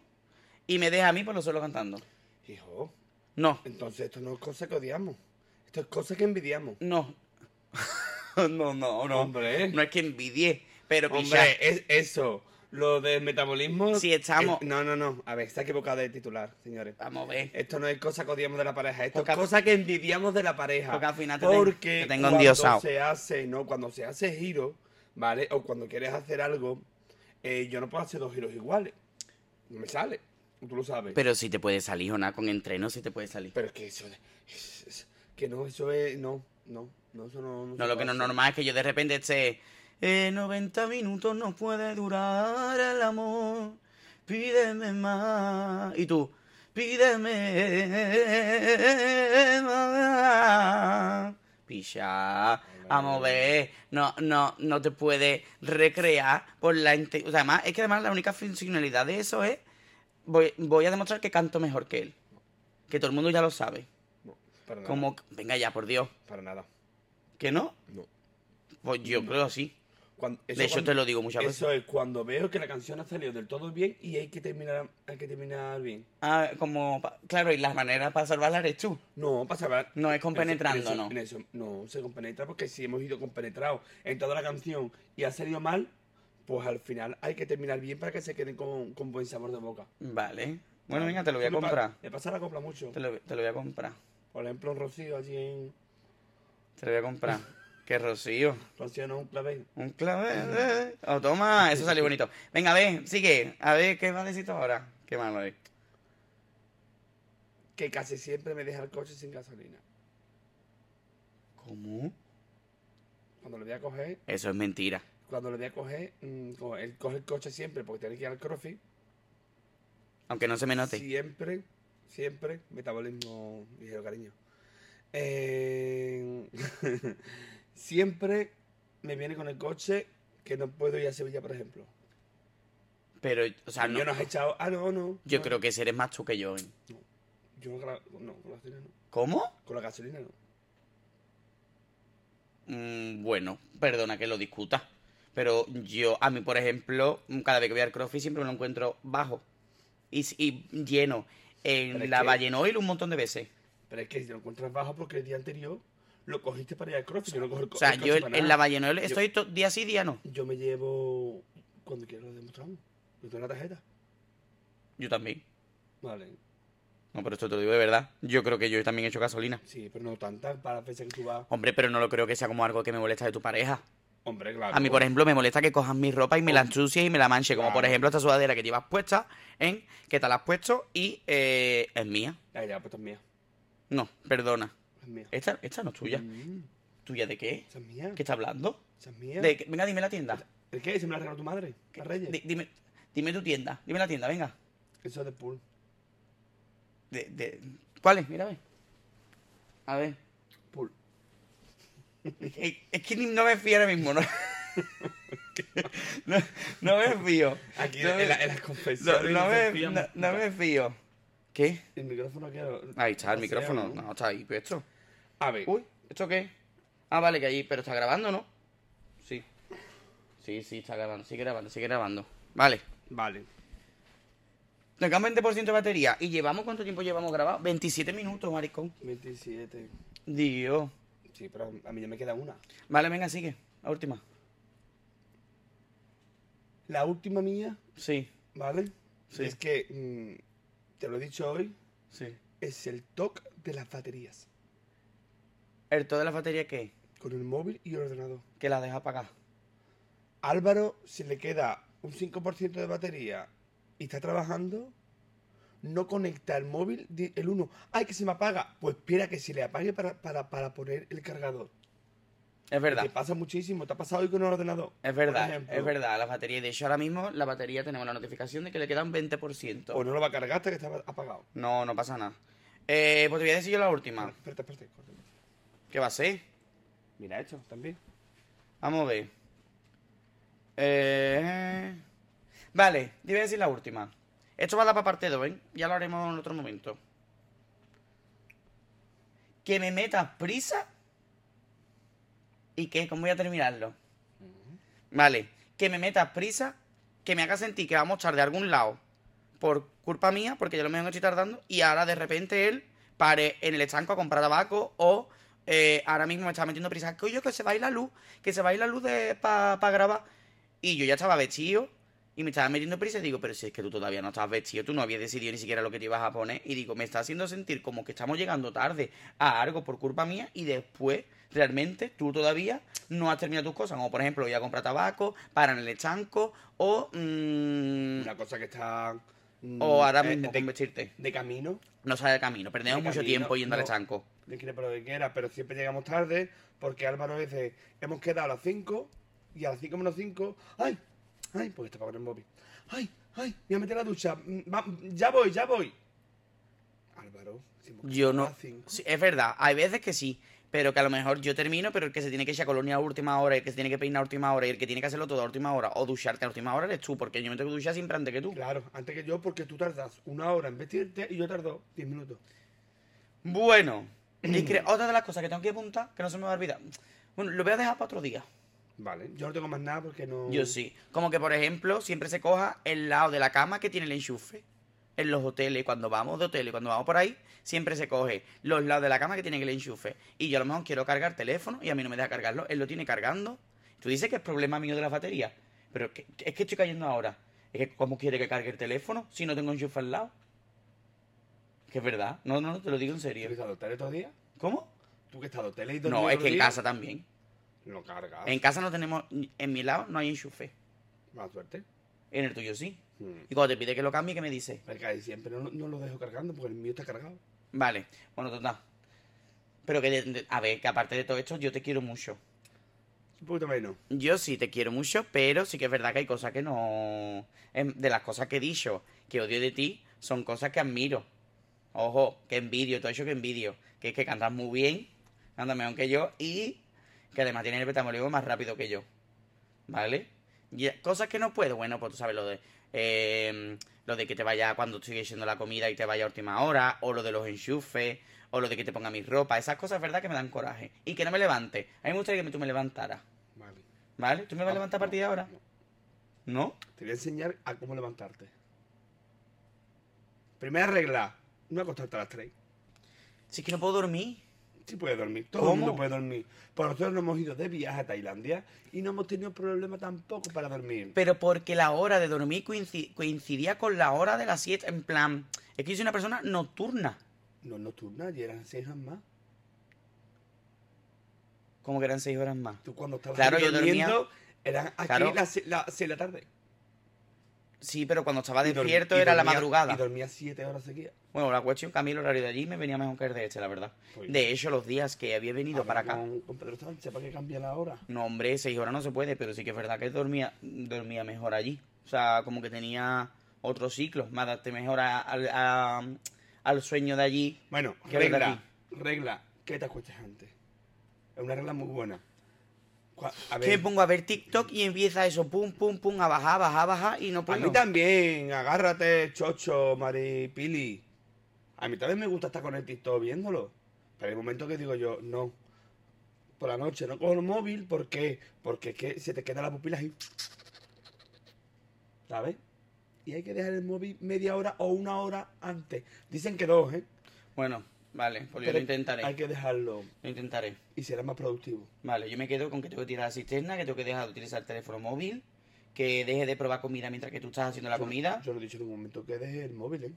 S2: y me deja a mí por lo solo cantando.
S3: Hijo,
S2: No,
S3: entonces esto no es cosa que odiamos. Esto es cosa que envidiamos.
S2: no. no, no, no.
S3: Hombre.
S2: No es que envidie, pero
S3: Hombre,
S2: picha.
S3: es eso. Lo del metabolismo.
S2: Sí, estamos-
S3: es- no, no, no. A ver, está equivocado de titular, señores.
S2: Vamos a ver.
S3: Esto no es cosa que odiamos de la pareja, esto
S2: Porque
S3: es
S2: al-
S3: cosa que envidiamos de la pareja.
S2: Porque al final te ten-
S3: Porque
S2: te tengo
S3: cuando
S2: endiosado.
S3: se hace, no, cuando se hace giro, ¿vale? O cuando quieres hacer algo, eh, yo no puedo hacer dos giros iguales. No me sale. Tú lo sabes.
S2: Pero si te puede salir, Jonás, con entreno si te puede salir.
S3: Pero es que eso es- es- que no, eso es. No, no, no, eso no.
S2: No, lo que no es
S3: normal
S2: normal es que yo de repente esté. "Eh, 90 minutos no puede durar el amor. Pídeme más. Y tú, pídeme más. Picha, vamos a ver. No, no, no te puede recrear por la. inte- O sea, además, es que además la única funcionalidad de eso es. Voy, voy a demostrar que canto mejor que él. Que todo el mundo ya lo sabe.
S3: No, para nada.
S2: Como, venga ya, por Dios.
S3: Para nada.
S2: ¿Que no?
S3: No.
S2: Pues yo creo sí.
S3: Cuando- eso
S2: De hecho,
S3: cuando-
S2: te lo digo muchas
S3: Eso es cuando veo que la canción ha salido del todo bien y hay que terminar, hay que terminar bien.
S2: Ah, como, pa- claro, y las maneras para salvarla eres tú.
S3: No, para saber.
S2: No es compenetrando,
S3: en eso-
S2: ¿no?
S3: en eso- no, se compenetra porque si hemos ido compenetrados en toda la canción y ha salido mal, pues al final hay que terminar bien para que se queden con, con buen sabor de boca.
S2: Vale. Bueno, venga, te lo voy
S3: Eso
S2: a
S3: me pa-
S2: comprar.
S3: Me pasa la compra mucho.
S2: Te lo, te lo voy a comprar.
S3: Por ejemplo, un Rocío allí en.
S2: Te lo voy a comprar. Qué rocío.
S3: Rocío no un clave.
S2: Un clave. Oh, toma, eso salió bonito. Venga, a ver, sigue. A ver, ¿qué vas a decir tú ahora? Qué malo es.
S3: Que casi siempre me deja el coche sin gasolina.
S2: ¿Cómo?
S3: Cuando lo voy a coger,
S2: Eso es mentira.
S3: cuando lo voy a coger, mm, co- él coge el coche siempre porque tiene que ir al crossfit.
S2: Aunque no se me note.
S3: Siempre, siempre, metabolismo, ligero cariño. Eh, siempre me viene con el coche que no puedo ir a Sevilla, por ejemplo.
S2: Pero, o sea,
S3: Y
S2: no.
S3: Yo nos he echado. Ah, no, no.
S2: Yo
S3: no,
S2: creo que si eres más tú que yo. ¿eh?
S3: Yo no, gra- no, con la gasolina no.
S2: ¿Cómo?
S3: Con la gasolina no.
S2: Mm, bueno, perdona que lo discuta. Pero yo, a mí, por ejemplo, cada vez que voy al CrossFit siempre me lo encuentro bajo y, s- y lleno
S3: Pero
S2: en
S3: es
S2: la
S3: que-
S2: Vallenoil un montón de veces.
S3: Pero es que si lo encuentras bajo porque el día anterior lo cogiste para ir al crossfit. Yo no cojo el, co-
S2: O sea,
S3: el
S2: yo
S3: coche
S2: en,
S3: para
S2: en la
S3: nada.
S2: Vallenoil
S3: Yo-
S2: estoy to- día sí, día no.
S3: Yo me llevo. Cuando quiero lo demostramos. Yo tengo la tarjeta.
S2: Yo también.
S3: Vale.
S2: No, pero esto te lo digo de verdad. Yo creo que yo también he hecho gasolina.
S3: Sí, pero no tanta para la fecha que tú vas.
S2: Hombre, pero no lo creo que sea como algo que me molesta de tu pareja.
S3: Hombre, claro.
S2: A mí, por ejemplo, me molesta que cojas mi ropa y me la ensucies y me la manches. Como, por
S3: Claro.
S2: ejemplo, esta sudadera que llevas puesta, ¿en? Que te la has puesto y eh, es mía.
S3: Ah, ya, pues esta es mía.
S2: No, perdona.
S3: Esta es mía.
S2: Esta, esta no es tuya.
S3: Mm,
S2: ¿Tuya de qué?
S3: Esa es mía.
S2: ¿Qué está hablando?
S3: Esa es mía.
S2: De, qué- venga, dime la tienda.
S3: ¿El qué? ¿Se me la regaló tu madre? ¿La Reyes?
S2: Di- dime, dime tu tienda. Dime la tienda, venga.
S3: Eso es de pool.
S2: De, de- ¿Cuál es? Mira, a ver. A ver.
S3: Pool.
S2: Es, es que ni- no me fío ahora mismo, ¿no? No, no me fío.
S3: Aquí
S2: no,
S3: en, la, en
S2: me-
S3: las
S2: no,
S3: confesiones.
S2: no
S3: nos
S2: me,
S3: desviamos.
S2: no- no me fío. ¿Qué?
S3: El micrófono que...
S2: Ahí está el micrófono.
S3: ¿no?
S2: No, está ahí puesto.
S3: A ver.
S2: Uy, ¿esto qué? Ah, vale, que allí, pero está grabando, ¿no? Sí. Sí, sí, está grabando, sigue grabando, sigue grabando. Vale.
S3: Vale.
S2: Tengamos 20% de batería. ¿Y llevamos cuánto tiempo llevamos grabado? 27 minutos, maricón.
S3: 27.
S2: Dios.
S3: Sí, pero a mí ya me queda una.
S2: Vale, venga, sigue. La última.
S3: La última mía,
S2: Sí,
S3: ¿vale?
S2: Sí.
S3: Es que, mm, te lo he dicho hoy,
S2: sí.
S3: es el TOC de las baterías.
S2: ¿El todo de la batería qué?
S3: Con el móvil y el ordenador.
S2: Que la deja apagada.
S3: Álvaro, si le queda un 5% de batería y está trabajando, no conecta el móvil, di- el 1. ¡Ay, que se me apaga! Pues espera que se le apague para, para, para poner el cargador.
S2: Es verdad.
S3: Te pasa muchísimo, te ha pasado hoy con el ordenador.
S2: Es
S3: por
S2: verdad,
S3: ejemplo.
S2: es verdad, la batería. De hecho, ahora mismo la batería tenemos la notificación de que le queda un 20%.
S3: O no lo va a cargar hasta que está apagado.
S2: No, no pasa nada. Eh, pues te voy a decir yo la última.
S3: Espérate, espérate. córtame.
S2: Mm. ¿Qué va a ser?
S3: Mira esto también.
S2: Vamos a ver. Eh... Vale, te voy a decir la última. Esto va a dar para parte 2, ¿eh? Ya lo haremos en otro momento. Que me metas prisa. ¿Y qué? ¿Cómo voy a terminarlo? Vale, que me metas prisa, que me haga sentir que vamos tarde a algún lado por culpa mía, porque yo lo mismo estoy tardando, y ahora de repente él pare en el estanco a comprar tabaco o eh, ahora mismo me está metiendo prisa, que oye, que se va a ir la luz, que se va a ir la luz para grabar. Y yo ya estaba vestido y me estaba metiendo prisa y digo, pero si es que tú todavía no estás vestido, tú no habías decidido ni siquiera lo que te ibas a poner. Y digo, me está haciendo sentir como que estamos llegando tarde a algo por culpa mía y después realmente tú todavía no has terminado tus cosas. Como por ejemplo, voy a comprar tabaco, para en el estanco o... mm,
S3: Una cosa que está. mm,
S2: o ahora
S3: eh,
S2: mismo con
S3: de,
S2: vestirte.
S3: de camino.
S2: No sale el camino, perdemos
S3: De
S2: mucho
S3: camino,
S2: tiempo yendo al
S3: no.
S2: estanco.
S3: De quiera para lo que quiera, pero siempre llegamos tarde. Porque Álvaro dice: Hemos quedado a las 5 y a las 5 menos 5. ¡Ay! ¡Ay! Porque está apagando el móvil. ¡Ay! ¡Ay! Me Voy a meter a la ducha. mm, va- ya voy, ya voy. Álvaro, si hemos quedado
S2: Yo
S3: a
S2: no.
S3: las cinco.
S2: sí, es verdad, hay veces que sí, pero que a lo mejor yo termino, pero el que se tiene que echar colonia a última hora, el que se tiene que peinar a última hora, y el que tiene que hacerlo todo a última hora, o ducharte a última hora eres tú, porque yo me tengo que duchar siempre antes que tú.
S3: Claro, antes que yo, porque tú tardas una hora en vestirte y yo tardo 10 minutos.
S2: Bueno, y cre- otra de las cosas que tengo que apuntar, que no se me va a olvidar. Bueno, lo voy a dejar para otro día.
S3: Vale, yo no tengo más nada porque no.
S2: Yo sí. Como que, por ejemplo, siempre se coja el lado de la cama que tiene el enchufe. En los hoteles, cuando vamos de hoteles, cuando vamos por ahí, siempre se coge los lados de la cama que tienen el enchufe. Y yo a lo mejor quiero cargar teléfono y a mí no me deja cargarlo. Él lo tiene cargando. Tú dices que es problema mío de la batería. Pero que- es que estoy cayendo ahora. Es que, ¿cómo quiere que cargue el teléfono si no tengo enchufe al lado? Que es verdad. No, no, no, te lo digo en
S3: ¿Tú
S2: serio.
S3: que estás de hotel estos días?
S2: ¿Cómo?
S3: ¿Tú que estás de hotel y dormido
S2: No, es
S3: todo
S2: que
S3: el
S2: en
S3: día?
S2: casa también.
S3: No cargas.
S2: En casa no tenemos, en mi lado no hay enchufe.
S3: Más suerte.
S2: En el tuyo sí.
S3: Hmm.
S2: Y cuando te pide que lo cambie, ¿qué me dice?
S3: Porque ahí siempre no, no lo dejo cargando porque el mío está cargado.
S2: Vale, bueno, total. Pero que, de- de- a ver, que aparte de todo esto, yo te quiero mucho.
S3: Un poquito menos.
S2: Yo sí te quiero mucho, pero sí que es verdad que hay cosas que no... em, De las cosas que he dicho que odio de ti, son cosas que admiro. Ojo, que envidio, todo eso que envidio. Que es que cantas muy bien, cantas mejor que yo y que además tienes el metabolismo más rápido que yo. ¿Vale? Y cosas que no puedo, bueno, pues tú sabes lo de... em, lo de que te vaya cuando estoy haciendo la comida y te vaya a última hora, o lo de los enchufes, o lo de que te ponga mi ropa, esas cosas, ¿verdad? Que me dan coraje. Y que no me levante. A mí me gustaría que tú me levantaras.
S3: Vale.
S2: ¿Vale? ¿Tú me vas a levantar a partir de ahora?
S3: Ah, No.
S2: ¿No?
S3: Te voy a enseñar a cómo levantarte. Primera regla, no acostarte a las 3.
S2: Si es que no puedo dormir.
S3: Sí puede dormir, todo el
S2: ¿Cómo?
S3: mundo puede dormir. Por nosotros nos hemos ido de viaje a Tailandia y no hemos tenido problema tampoco para dormir.
S2: Pero porque la hora de dormir coinci- coincidía con la hora de la siesta. En plan, es que yo soy una persona nocturna.
S3: No es nocturna, y eran seis horas más.
S2: Como que eran seis horas más.
S3: Tú cuando estabas
S2: Claro,
S3: ahí
S2: yo dormía-
S3: durmiendo, eran aquí
S2: Claro.
S3: las se- las seis de la tarde.
S2: Sí, pero cuando estaba
S3: Y dorm-
S2: despierto
S3: y
S2: era la
S3: dormía-
S2: madrugada.
S3: Y dormía siete horas seguidas.
S2: Bueno, la cuestión que a mí el horario de allí me venía mejor que el de este, la verdad.
S3: Pues- Ah,
S2: De hecho, los días que había venido
S3: Habla
S2: para acá.
S3: Con, con Pedro Sánchez, ¿para qué cambia la hora?
S2: No, hombre, seis horas no se puede, pero sí que es verdad que dormía, dormía mejor allí. O sea, como que tenía otro ciclo. Me adapté mejor a- al- a- al sueño de allí.
S3: Bueno,
S2: ¿Qué venga
S3: regla,
S2: aquí?
S3: regla, ¿qué te acuestas antes? Es una regla muy buena. Cua- A
S2: Que me
S3: ver,
S2: pongo a ver TikTok y empieza eso, pum, pum, pum, a bajar, bajar, bajar y no
S3: a
S2: puedo.
S3: mí también, agárrate, chocho, maripili. A mí también me gusta estar con el TikTok viéndolo. Pero hay momentos que digo yo, no. Por la noche no cojo el móvil, ¿por qué? Porque es que se te queda la pupila ahí. ¿Sabes? Y hay que dejar el móvil media hora o una hora antes. Dicen que dos, ¿eh?
S2: Bueno, vale, pues yo
S3: Pero
S2: lo intentaré.
S3: Hay que dejarlo.
S2: Lo intentaré.
S3: y será más productivo.
S2: Vale, yo me quedo con que tengo que tirar la cisterna, que tengo que dejar de utilizar el teléfono móvil, que deje de probar comida mientras que tú estás haciendo la
S3: Yo-
S2: comida.
S3: Yo no he dicho en ningún momento que deje el móvil, ¿eh?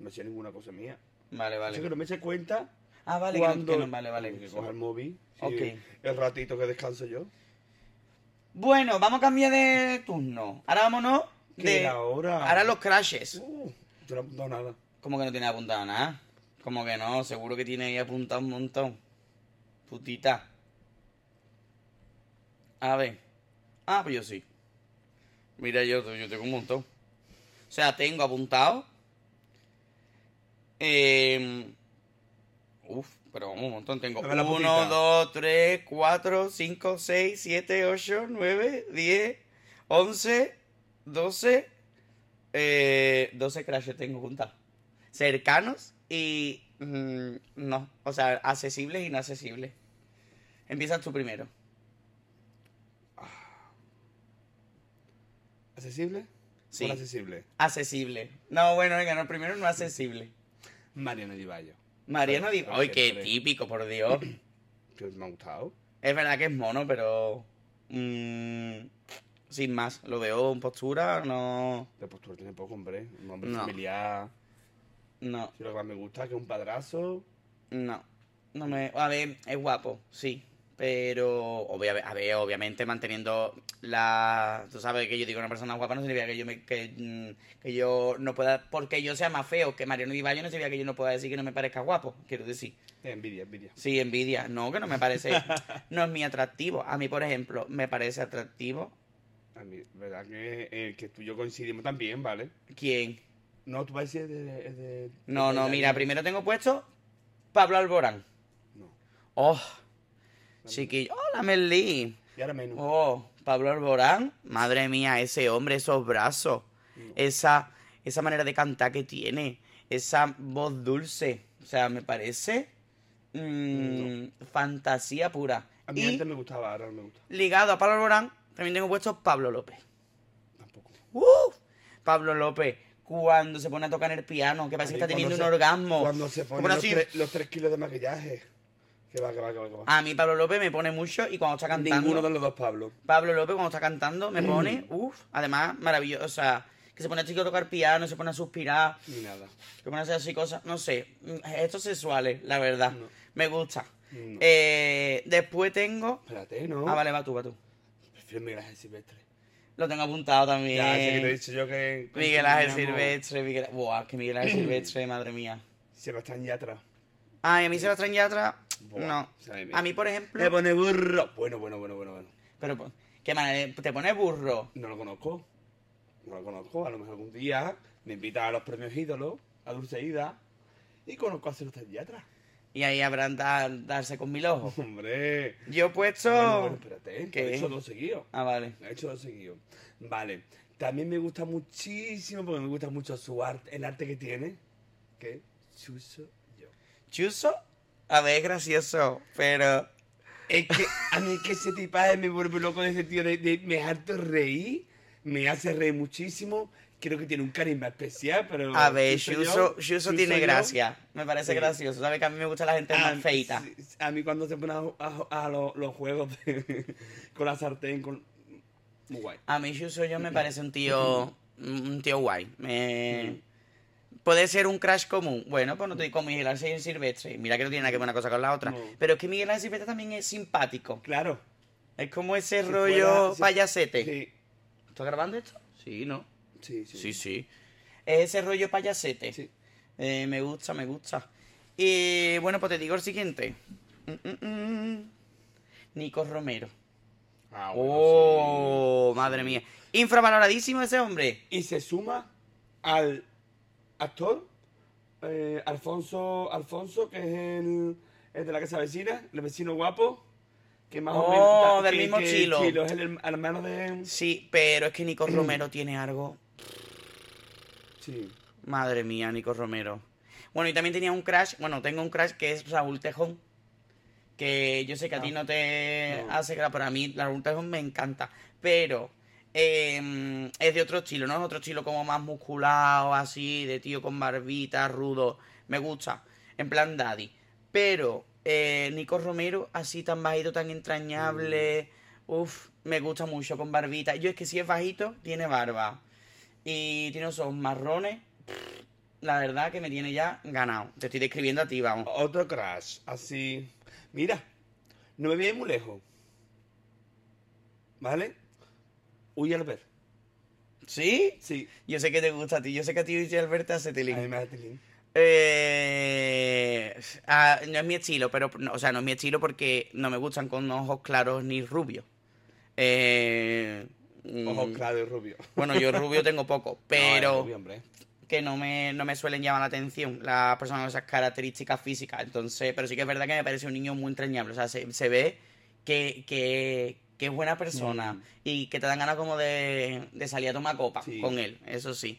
S3: No he hecho ninguna cosa mía.
S2: Vale,
S3: Así
S2: vale.
S3: que no me eche cuenta
S2: Ah, vale, que no-
S3: cuando...
S2: que no- vale, vale.
S3: Que coja el móvil. sí,
S2: Ok.
S3: El ratito que descanso yo.
S2: Bueno, vamos a cambiar de turno. Ahora vámonos
S3: Que
S2: de...
S3: la hora...
S2: Ahora los crashes.
S3: Uh, yo no he apuntado nada.
S2: Como que no tiene apuntado nada. Como que no, seguro que tiene ahí apuntado un montón. Putita. A ver. Ah, pues yo sí. Mira, yo, yo tengo un montón. O sea, tengo apuntado. Eh, uf, pero vamos, un montón. Tengo
S3: Dame la
S2: 1,
S3: putita.
S2: 2, 3, 4, 5, 6, 7, 8, 9, 10, 11, 12. Eh, 12 crashes tengo juntas. Cercanos y. mm, no. O sea, accesibles e inaccesibles. Empiezas tú primero.
S3: ¿Accesible?
S2: Sí.
S3: ¿O no accesible?
S2: Accesible. No, bueno, venga, no, primero no accesible.
S3: Mariano Di Bayo.
S2: Mariano
S3: Claro,
S2: dice. ¡Ay, qué
S3: siempre.
S2: típico, por Dios!
S3: Que me ha gustado.
S2: Es verdad que es mono, pero. mm, sin más. Lo veo en postura, no.
S3: De postura tiene poco, hombre. Un hombre
S2: No.
S3: familiar.
S2: No,
S3: Si lo que más me gusta que es un padrazo.
S2: no. No me. A ver, es guapo, sí. Pero. obvia- a ver, obviamente manteniendo la. Tú sabes que yo digo una persona guapa no significa que yo me. Que, mm, que yo no pueda. Porque yo sea más feo que Mariano Di Bayo no significa que yo no pueda decir que no me parezca guapo. Quiero decir.
S3: Envidia, envidia.
S2: Sí, envidia. No, que no me parece. No es mi atractivo. A mí, por ejemplo, me parece atractivo.
S3: A mí, verdad que, eh, que tú y yo coincidimos también, ¿vale?
S2: ¿Quién?
S3: No, tú vas a decir de, de- de-
S2: No,
S3: de
S2: no,
S3: bailarín.
S2: mira, primero tengo puesto Pablo Alborán.
S3: No.
S2: Oh, chiquillo. Hola, Merlí.
S3: Y ahora menos.
S2: Oh, Pablo Alborán. Madre mía, ese hombre, esos brazos.
S3: No.
S2: Esa, esa manera de cantar que tiene. Esa voz dulce. O sea, me parece. mm, Fantasía pura.
S3: a mí
S2: Y
S3: antes me gustaba, ahora no me gusta.
S2: ligado a Pablo Alborán, también tengo puesto Pablo López.
S3: Tampoco.
S2: ¡Uf! Pablo López, cuando se pone a tocar el piano, que parece que
S3: A
S2: está
S3: mí
S2: teniendo
S3: cuando
S2: un
S3: se-
S2: orgasmo.
S3: Cuando se
S2: Como
S3: ponen los,
S2: así.
S3: tres, los tres kilos de maquillaje. Que va, que va, que va, que va.
S2: A mí Pablo López me pone mucho y cuando está Ah, cantando.
S3: Ninguno de los Mm. dos, Pablo.
S2: Pablo López cuando está cantando me pone, uff, además maravilloso, o sea, que se pone chico a tocar piano, se pone a suspirar,
S3: Ni nada.
S2: que pone a hacer así cosas, no sé, mm, gestos sexuales, la verdad,
S3: No.
S2: me gusta.
S3: No.
S2: Eh, después tengo...
S3: Espérate, ¿no?
S2: Ah, vale, va tú, va tú.
S3: Prefiero Miguel Ángel Silvestre.
S2: Lo tengo apuntado también.
S3: Ya, sé que te he dicho yo que...
S2: Miguel Ángel
S3: coincidíamos.
S2: Silvestre, Miguel... Buah, que Miguel Ángel Silvestre, madre mía.
S3: Sebastián Yatra.
S2: Ay, a mí Sebastián Yatra,
S3: Buah,
S2: no.
S3: sabe bien.
S2: A mí, por ejemplo...
S3: Le pone burro. Bueno, bueno, bueno, bueno, bueno.
S2: Pero, po- ¿qué manera? ¿Te pone burro?
S3: No lo conozco. No lo conozco. A lo mejor algún día me invita a los premios ídolos, a Dulce Ida, y conozco a Sebastián Yatra.
S2: Y ahí habrán da- darse con mil ojos.
S3: Hombre.
S2: Yo he puesto...
S3: Bueno, bueno, espérate, que
S2: ¿Qué?
S3: he hecho dos seguidos.
S2: Ah, vale.
S3: He hecho dos seguidos. Vale. También me gusta muchísimo, porque me gusta mucho su arte, el arte que tiene, que chuso yo.
S2: Chuso, a ver, es gracioso, pero
S3: Es que a mí es que ese tipaje me vuelve loco en el sentido de, de- me harto reír, me hace reír muchísimo creo que tiene un carisma especial, pero.
S2: A ver,
S3: ¿sí soy
S2: Shuso,
S3: yo?
S2: Shuso
S3: ¿Sí
S2: tiene
S3: soy yo?
S2: gracia. Me parece
S3: Sí.
S2: gracioso. Sabe que a mí me gusta la gente
S3: Ah,
S2: más feita.
S3: sí, A mí cuando se pone a, a- a lo- los juegos de- con la sartén, con. Muy guay.
S2: A mí Shuso yo me parece un tío. Un tío guay. Me... Puede ser un crash común. Bueno, pues no estoy con Miguel Ángel Silvestre. Mira que no tiene nada que ver una cosa con la otra.
S3: No.
S2: Pero es que Miguel Ángel Silvestre también es simpático.
S3: Claro.
S2: Es como ese
S3: Si
S2: rollo
S3: fuera- si-
S2: payasete.
S3: Sí,
S2: ¿Estás grabando esto? Sí, ¿no?
S3: sí, sí.
S2: Sí, sí. Es ese rollo payasete.
S3: Sí.
S2: Eh, me gusta, me gusta. Y bueno, pues te digo el siguiente. Mm, mm, mm. Nico Romero.
S3: Ah, bueno,
S2: Oh, madre mía. Infravaloradísimo ese hombre.
S3: sí. Y se suma al actor eh, Alfonso, Alfonso, que es el, el de la casa vecina, el vecino guapo, que más o menos.
S2: Oh,
S3: ta-
S2: del
S3: que-
S2: mismo
S3: que
S2: Chilo.
S3: es el herm- hermano de.
S2: Sí, pero es que Nico Romero tiene algo.
S3: Sí.
S2: Madre mía, Nico Romero. Bueno, y también tenía un crash. Bueno, tengo un crash que es Raúl Tejón. Que yo sé que a ti
S3: Ah,
S2: no te
S3: no.
S2: hace gracia, pero a mí Raúl Tejón me encanta. Pero eh, es de otro estilo, ¿no? Es otro estilo como más musculado, así, de tío con barbita, rudo. Me gusta. En plan daddy. Pero eh, Nico Romero, así tan bajito, tan entrañable.
S3: Mm.
S2: Uf, me gusta mucho con barbita. Yo es que si es bajito, tiene barba. Y tiene unos ojos marrones. La verdad que me tiene ya ganado. Te estoy describiendo a ti, vamos.
S3: Otro crash, así. Mira, no me viene muy lejos. ¿Vale? Uy, Albert.
S2: ¿Sí?
S3: Sí.
S2: Yo sé que te gusta a ti. Yo sé que a ti Luis Alberta hace
S3: A mí
S2: tilín.
S3: me da tilín.
S2: Eh, ah, no es mi estilo, pero. no, o sea, no es mi estilo porque no me gustan con ojos claros ni rubios. Eh, mm,
S3: Ojos claros y rubio.
S2: Bueno, yo rubio tengo poco,
S3: No, es
S2: pero
S3: rubio, hombre.
S2: que no me, no me suelen llamar la atención las personas con esas características físicas. Entonces, pero sí que es verdad que me parece un niño muy entrañable. O sea, se, se ve que, que, que es buena persona
S3: Mm.
S2: y que te dan ganas como de, de salir a tomar copa
S3: Sí.
S2: con él, eso sí.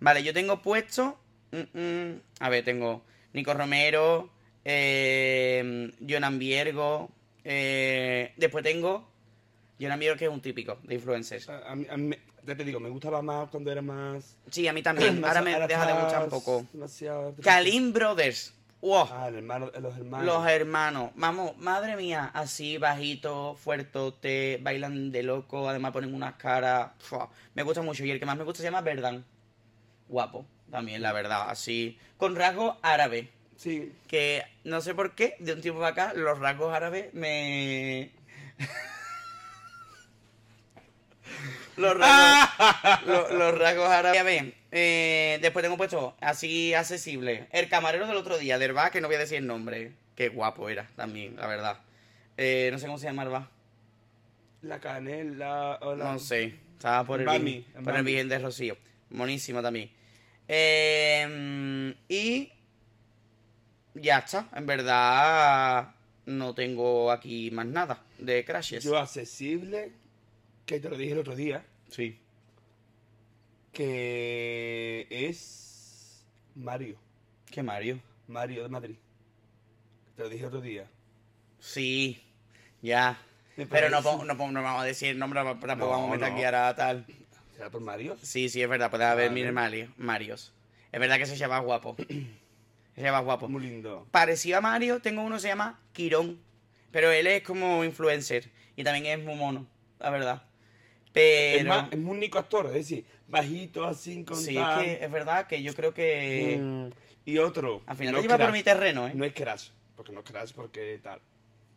S2: Vale, yo tengo puesto. mm, mm, a ver, tengo Nico Romero, eh, Jonan Viergo. eh, después tengo. Jonan Viergo, que es un típico de influencers.
S3: A- a mí- a mí me- ya te digo, me gustaba más cuando era más.
S2: Sí, a mí también.
S3: más-
S2: Ahora me deja de
S3: está
S2: gustar un poco.
S3: demasiado-
S2: Kalim Brothers. Wow.
S3: Ah, el hermano, los hermanos.
S2: Los hermanos, vamos, madre mía, así bajito, fuertote, bailan de loco, además ponen unas caras. fua, me gusta mucho. Y el que más me gusta se llama Verdan. Guapo, también, la verdad, así. Con rasgos árabes.
S3: Sí.
S2: Que no sé por qué, de un tiempo para acá, los rasgos árabes me. los rasgos. lo- los rasgos árabes. A ver, eh, después tengo puesto así accesible. El camarero del otro día, del bar, que no voy a decir el nombre. Qué guapo era también, la verdad. Eh, no sé cómo se llama el bar.
S3: La canela. o la-
S2: No sé. Estaba por el,
S3: Bami,
S2: virgen-
S3: en
S2: por el
S3: Bami.
S2: virgen de Rocío. Monísimo también. Eh, y ya está. En verdad no tengo aquí más nada de crashes.
S3: Yo accesible, que te lo dije el otro día,
S2: Sí.
S3: que es Mario.
S2: ¿Qué Mario?
S3: Mario de Madrid. Te lo dije otro día.
S2: Sí. Ya.
S3: Me
S2: Pero no,
S3: parece-
S2: pon- no, pon- no vamos a decir el nombre, tampoco
S3: No,
S2: vamos a meter
S3: no.
S2: aquí ahora tal.
S3: ¿Será por Mario?
S2: Sí, sí, es verdad, puede haber
S3: Vale.
S2: mil Mario- Marios. Es verdad que se llama guapo. Se llama guapo.
S3: Muy lindo.
S2: parecido a Mario, tengo uno que se llama Quirón. Pero él es como influencer. Y también es muy mono, la verdad.
S3: Es,
S2: Pero.
S3: más, es muy único actor, es decir, bajito, así, con
S2: sí, es
S3: tal,
S2: que es verdad que yo creo que.
S3: mm, Y otro.
S2: Al final
S3: no
S2: te lleva por
S3: crash,
S2: mi terreno, ¿eh?
S3: No es Crash, porque no es Crash, porque tal.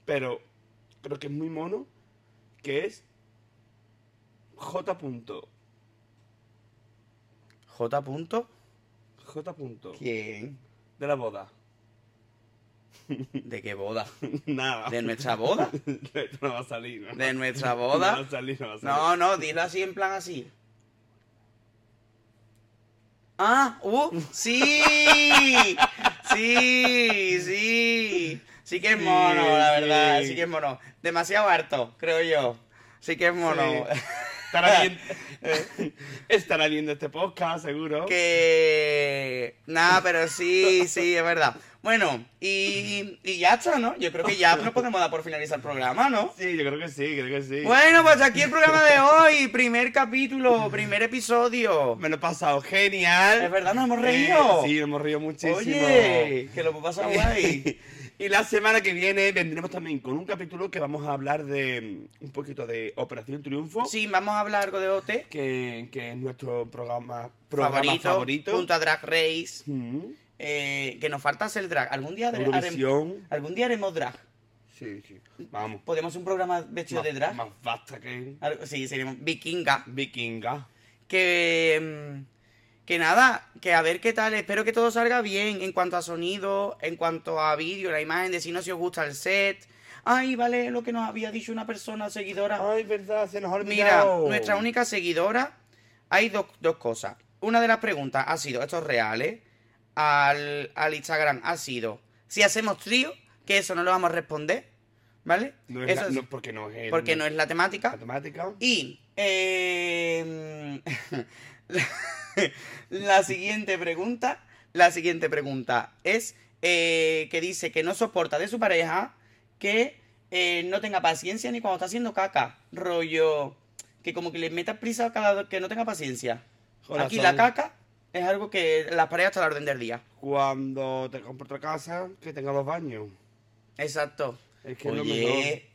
S3: Pero creo que es muy mono, que es J. punto,
S2: J. Punto.
S3: J. punto,
S2: ¿Quién?
S3: de la boda.
S2: ¿De qué boda?
S3: Nada.
S2: ¿De nuestra boda?
S3: Esto no va a salir, ¿no?
S2: ¿De nuestra
S3: No va
S2: boda?
S3: a salir, no va a salir.
S2: No, no, dilo así, en plan así. Ah, uh, sí, sí, sí, sí que es
S3: Sí,
S2: mono, la verdad,
S3: sí.
S2: sí que es mono. Demasiado harto, creo yo. Sí que es mono.
S3: Sí. Estará, viendo, estará viendo este podcast, seguro.
S2: Que... Nada, pero sí, sí, es verdad. Bueno, y, y ya está, ¿no? Yo creo que ya nos podemos dar por finalizar el programa, ¿no?
S3: Sí, yo creo que sí, creo que sí.
S2: Bueno, pues aquí el programa de hoy, primer capítulo, primer episodio.
S3: Me lo he pasado genial.
S2: Es verdad, nos hemos reído.
S3: Eh, sí, nos hemos reído muchísimo.
S2: Oye, que lo pasa guay.
S3: Y la semana que viene vendremos también con un capítulo que vamos a hablar de mm, un poquito de Operación Triunfo,
S2: Sí, vamos a hablar algo de OT.
S3: que, que es nuestro programa, programa favorito.
S2: Junto a Drag Race.
S3: Mm,
S2: eh, que nos falta hacer drag. Algún día, haremos-
S3: Eurovisión.
S2: algún día haremos drag.
S3: Sí, sí. Vamos.
S2: Podemos hacer un programa vestido
S3: Más-
S2: de drag.
S3: Más vasta que
S2: Algo- Sí, seríamos vikinga.
S3: vikinga.
S2: Que. mm, Que nada, que a ver qué tal. Espero que todo salga bien en cuanto a sonido, en cuanto a vídeo, la imagen, decirnos si os gusta el set. Ay, vale, lo que nos había dicho una persona seguidora.
S3: Ay, verdad, se nos ha
S2: Mira,
S3: olvidado.
S2: nuestra única seguidora, hay dos, dos cosas. Una de las preguntas ha sido, esto es real, ¿eh? Al, al Instagram ha sido, si hacemos trío, que eso no lo vamos a responder, ¿vale?
S3: No es la-
S2: Eso es
S3: no, porque no es el-
S2: porque no es la temática.
S3: matemática.
S2: Y eh, la, la siguiente pregunta, la siguiente pregunta es eh, que dice que no soporta de su pareja que eh, no tenga paciencia ni cuando está haciendo caca, rollo que como que le meta prisa cada vez que no tenga paciencia.
S3: Corazón.
S2: Aquí la caca es algo que las parejas está a la orden del día.
S3: Cuando te compro otra casa, que tenga dos baños.
S2: Exacto.
S3: Es que es lo
S2: oye,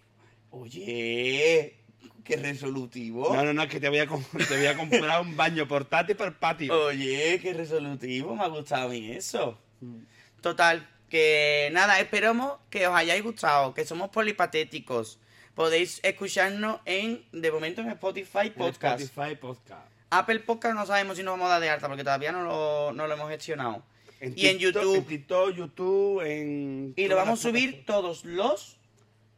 S2: oye, qué resolutivo.
S3: No, no, no, es que te voy a, com- te voy a comprar un baño portátil para el patio.
S2: Oye, qué resolutivo, me ha gustado a mí eso.
S3: Mm.
S2: Total, que nada, esperamos que os hayáis gustado, que somos polipatéticos. Podéis escucharnos en, de momento, en Spotify
S3: En el
S2: Podcast.
S3: Spotify Podcast.
S2: Apple Podcast no sabemos si nos vamos a dar de alta porque todavía no lo, no lo hemos gestionado. y en
S3: TikTok,
S2: YouTube.
S3: En TikTok, YouTube, en...
S2: Y lo
S3: todas
S2: vamos a
S3: las
S2: subir todos los
S3: plataformas.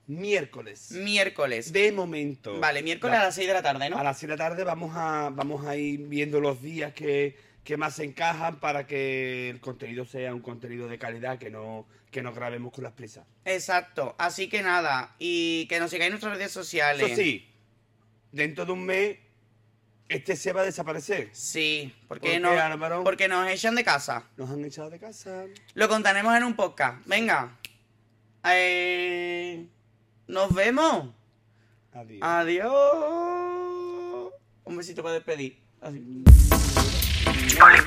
S3: Miércoles.
S2: miércoles.
S3: De momento.
S2: Vale, miércoles a las 6 de la tarde,
S3: A
S2: ¿no?
S3: las 7 de la tarde vamos a, vamos a ir viendo los días que, que más se encajan para que el contenido sea un contenido de calidad, que no, que no grabemos con las prisas.
S2: Exacto. Así que nada, y que nos sigáis en nuestras redes sociales.
S3: Eso sí, dentro de un mes, este se va a desaparecer.
S2: Sí,
S3: ¿Por
S2: porque,
S3: qué,
S2: nos,
S3: Álvaro?
S2: porque nos echan de casa.
S3: Nos han echado de casa.
S2: Lo contaremos en un podcast. Venga. Eh, nos vemos.
S3: Adiós.
S2: Adiós. Un besito para despedir. Así.
S1: Poli